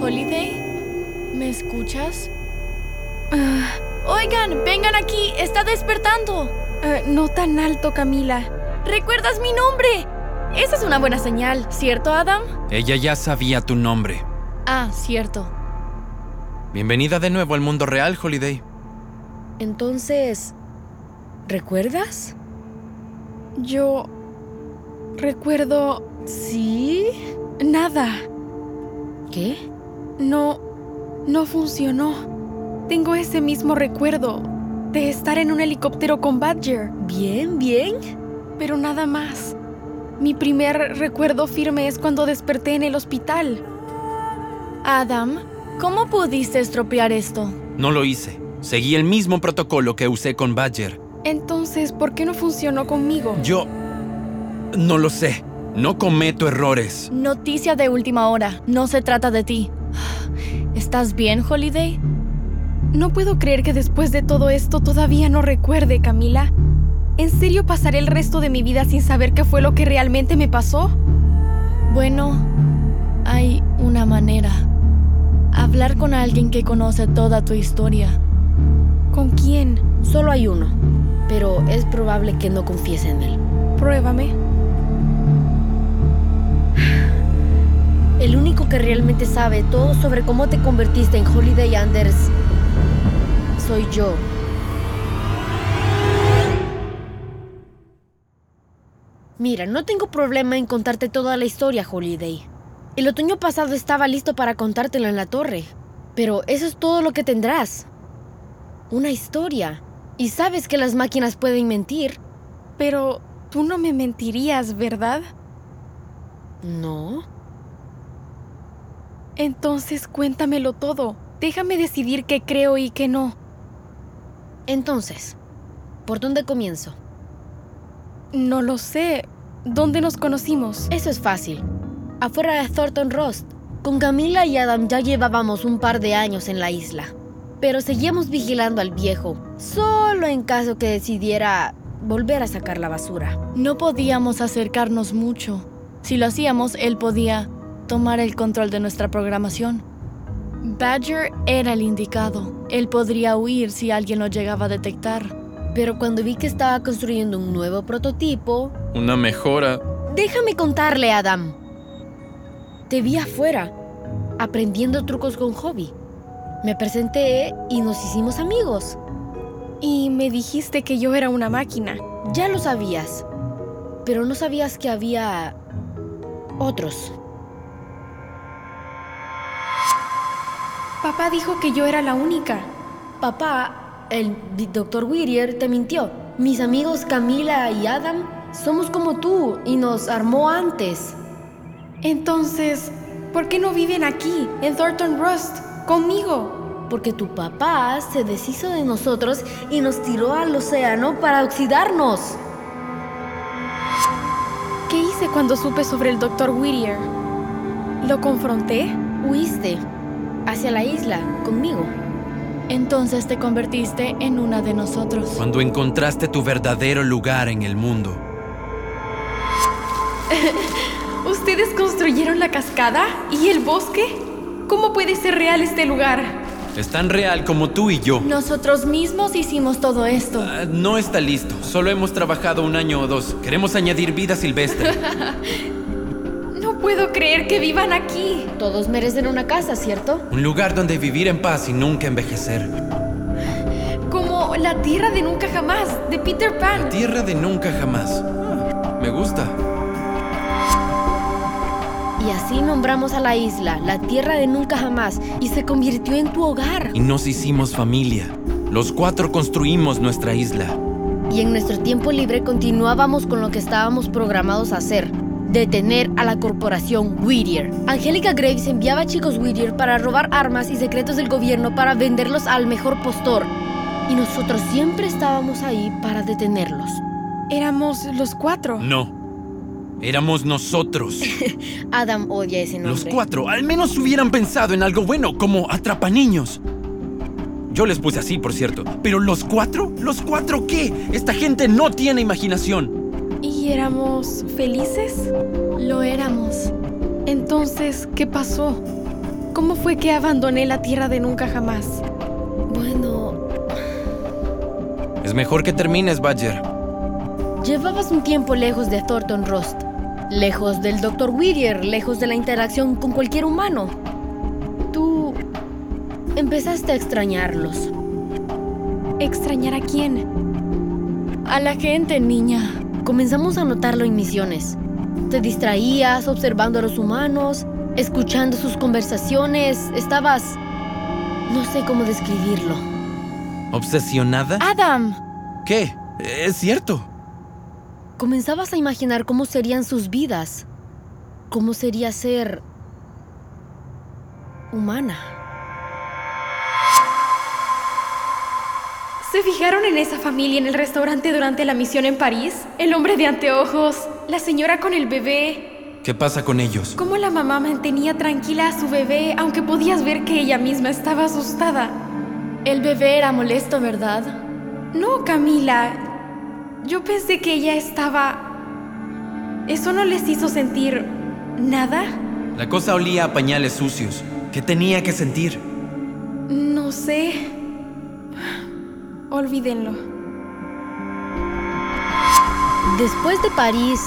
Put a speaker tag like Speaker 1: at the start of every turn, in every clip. Speaker 1: Holiday, ¿me escuchas? Ah, oigan, vengan aquí, está despertando. Ah, no tan alto, Camila. ¿Recuerdas mi nombre? Esa es una buena señal, ¿cierto, Adam?
Speaker 2: Ella ya sabía tu nombre.
Speaker 1: Ah, cierto.
Speaker 2: Bienvenida de nuevo al mundo real, Holiday.
Speaker 3: Entonces, ¿recuerdas?
Speaker 1: Yo... Recuerdo...
Speaker 3: Sí.
Speaker 1: Nada.
Speaker 3: ¿Qué?
Speaker 1: No... No funcionó. Tengo ese mismo recuerdo de estar en un helicóptero con Badger.
Speaker 3: Bien, bien.
Speaker 1: Pero nada más. Mi primer recuerdo firme es cuando desperté en el hospital. Adam, ¿cómo pudiste estropear esto?
Speaker 2: No lo hice. Seguí el mismo protocolo que usé con Badger.
Speaker 1: Entonces, ¿por qué no funcionó conmigo?
Speaker 2: Yo... No lo sé. No cometo errores.
Speaker 1: Noticia de última hora. No se trata de ti. ¿Estás bien, Holiday? No puedo creer que después de todo esto todavía no recuerde, Camila. ¿En serio pasaré el resto de mi vida sin saber qué fue lo que realmente me pasó? Bueno, hay una manera. Hablar con alguien que conoce toda tu historia. ¿Con quién?
Speaker 3: Solo hay uno, pero es probable que no confíes en él.
Speaker 1: Pruébame.
Speaker 3: El único que realmente sabe todo sobre cómo te convertiste en Holiday Anders soy yo. Mira, no tengo problema en contarte toda la historia, Holiday. El otoño pasado estaba listo para contártelo en la torre, pero eso es todo lo que tendrás. Una historia. Y sabes que las máquinas pueden mentir.
Speaker 1: Pero tú no me mentirías, ¿verdad?
Speaker 3: No.
Speaker 1: Entonces cuéntamelo todo. Déjame decidir qué creo y qué no.
Speaker 3: Entonces, ¿por dónde comienzo?
Speaker 1: No lo sé. ¿Dónde nos conocimos?
Speaker 3: Eso es fácil. Afuera de Thornton Rost, con Camila y Adam ya llevábamos un par de años en la isla. Pero seguíamos vigilando al viejo, solo en caso que decidiera volver a sacar la basura.
Speaker 1: No podíamos acercarnos mucho. Si lo hacíamos, él podía tomar el control de nuestra programación. Badger era el indicado. Él podría huir si alguien lo llegaba a detectar.
Speaker 3: Pero cuando vi que estaba construyendo un nuevo prototipo...
Speaker 2: Una mejora.
Speaker 3: Déjame contarle, Adam. Te vi afuera, aprendiendo trucos con Hobby. Me presenté y nos hicimos amigos.
Speaker 1: Y me dijiste que yo era una máquina.
Speaker 3: Ya lo sabías, pero no sabías que había otros.
Speaker 1: Papá dijo que yo era la única.
Speaker 3: Papá, el doctor Whittier, te mintió. Mis amigos Camila y Adam somos como tú y nos armó antes.
Speaker 1: Entonces, ¿por qué no viven aquí, en Thornton Rust, conmigo?
Speaker 3: Porque tu papá se deshizo de nosotros y nos tiró al océano para oxidarnos.
Speaker 1: ¿Qué hice cuando supe sobre el doctor Whittier? ¿Lo confronté?
Speaker 3: Huiste hacia la isla conmigo.
Speaker 1: Entonces te convertiste en una de nosotros.
Speaker 2: Cuando encontraste tu verdadero lugar en el mundo.
Speaker 1: ¿Ustedes construyeron la cascada y el bosque? ¿Cómo puede ser real este lugar?
Speaker 2: Es tan real como tú y yo.
Speaker 1: Nosotros mismos hicimos todo esto.
Speaker 2: Ah, no está listo. Solo hemos trabajado un año o dos. Queremos añadir vida silvestre.
Speaker 1: No puedo creer que vivan aquí.
Speaker 3: Todos merecen una casa, ¿cierto?
Speaker 2: Un lugar donde vivir en paz y nunca envejecer.
Speaker 1: Como la tierra de nunca jamás, de Peter Pan.
Speaker 2: Tierra de nunca jamás. Ah, me gusta.
Speaker 3: Y así nombramos a la isla, la tierra de nunca jamás, y se convirtió en tu hogar.
Speaker 2: Y nos hicimos familia. Los cuatro construimos nuestra isla.
Speaker 3: Y en nuestro tiempo libre continuábamos con lo que estábamos programados a hacer. Detener a la corporación Whittier. Angélica Graves enviaba a chicos Whittier para robar armas y secretos del gobierno para venderlos al mejor postor. Y nosotros siempre estábamos ahí para detenerlos.
Speaker 1: Éramos los cuatro.
Speaker 2: No. Éramos nosotros.
Speaker 3: Adam odia ese nombre.
Speaker 2: Los cuatro al menos hubieran pensado en algo bueno, como atrapa niños. Yo les puse así, por cierto. Pero los cuatro, los cuatro qué? Esta gente no tiene imaginación.
Speaker 1: ¿Y éramos felices? Lo éramos. Entonces, ¿qué pasó? ¿Cómo fue que abandoné la tierra de nunca jamás?
Speaker 3: Bueno,
Speaker 2: Es mejor que termines, Badger.
Speaker 3: llevabas un tiempo lejos de Thornton Rost. Lejos del Dr. Whittier, lejos de la interacción con cualquier humano. Tú empezaste a extrañarlos.
Speaker 1: ¿Extrañar a quién? A la gente, niña.
Speaker 3: Comenzamos a notarlo en misiones. Te distraías observando a los humanos, escuchando sus conversaciones, estabas... No sé cómo describirlo.
Speaker 2: ¿Obsesionada?
Speaker 3: Ah.
Speaker 1: Adam,
Speaker 2: ¿Qué? Es cierto.
Speaker 3: Comenzabas a imaginar cómo serían sus vidas, cómo sería ser humana.
Speaker 1: ¿se fijaron en esa familia en el restaurante durante la misión en París? El hombre de anteojos, la señora con el bebé.
Speaker 2: ¿Qué pasa con ellos?
Speaker 1: ¿Cómo la mamá mantenía tranquila a su bebé aunque podías ver que ella misma estaba asustada? El bebé era molesto, ¿verdad? No, Camila. Yo pensé que ella estaba... ¿Eso no les hizo sentir nada?
Speaker 2: La cosa olía a pañales sucios. ¿Qué tenía que sentir?
Speaker 1: No sé. Olvídenlo.
Speaker 3: Después de París,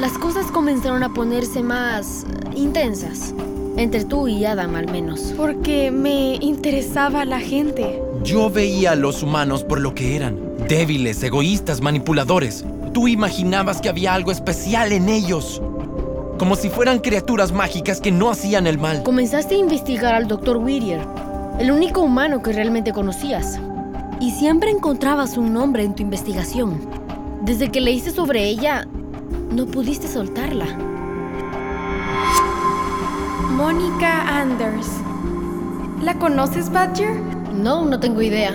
Speaker 3: las cosas comenzaron a ponerse más eh, intensas. Entre tú y Adam al menos.
Speaker 1: Porque me interesaba la gente.
Speaker 2: Yo veía a los humanos por lo que eran. Débiles, egoístas, manipuladores. Tú imaginabas que había algo especial en ellos. Como si fueran criaturas mágicas que no hacían el mal.
Speaker 3: Comenzaste a investigar al Dr. Whittier, el único humano que realmente conocías. Y siempre encontrabas un nombre en tu investigación. Desde que leíste sobre ella, no pudiste soltarla.
Speaker 1: Mónica Anders. ¿La conoces, Badger?
Speaker 3: No, no tengo idea.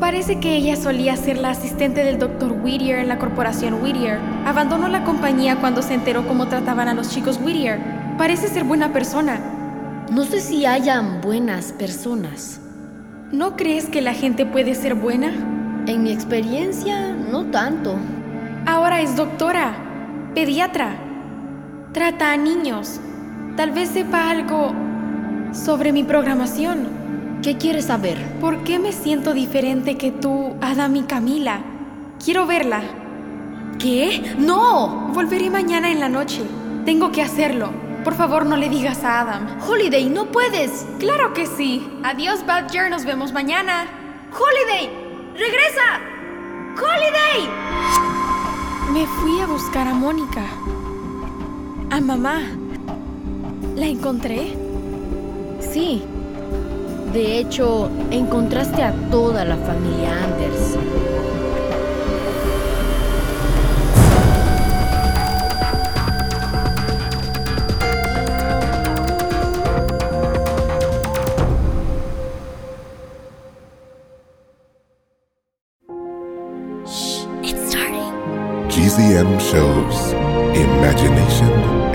Speaker 1: Parece que ella solía ser la asistente del Dr. Whittier en la corporación Whittier. Abandonó la compañía cuando se enteró cómo trataban a los chicos Whittier. Parece ser buena persona.
Speaker 3: No sé si hayan buenas personas.
Speaker 1: ¿No crees que la gente puede ser buena?
Speaker 3: En mi experiencia, no tanto.
Speaker 1: Ahora es doctora, pediatra. Trata a niños. Tal vez sepa algo sobre mi programación.
Speaker 3: ¿Qué quieres saber?
Speaker 1: ¿Por qué me siento diferente que tú, Adam y Camila? Quiero verla.
Speaker 3: ¿Qué? ¡No!
Speaker 1: Volveré mañana en la noche. Tengo que hacerlo. Por favor, no le digas a Adam.
Speaker 3: Holiday, no puedes.
Speaker 1: Claro que sí. Adiós, Badger. Nos vemos mañana.
Speaker 3: Holiday, regresa. Holiday.
Speaker 1: Me fui a buscar a Mónica. A mamá. ¿La encontré?
Speaker 3: Sí. De hecho, encontraste a toda la familia Anders.
Speaker 4: GZM shows Imagination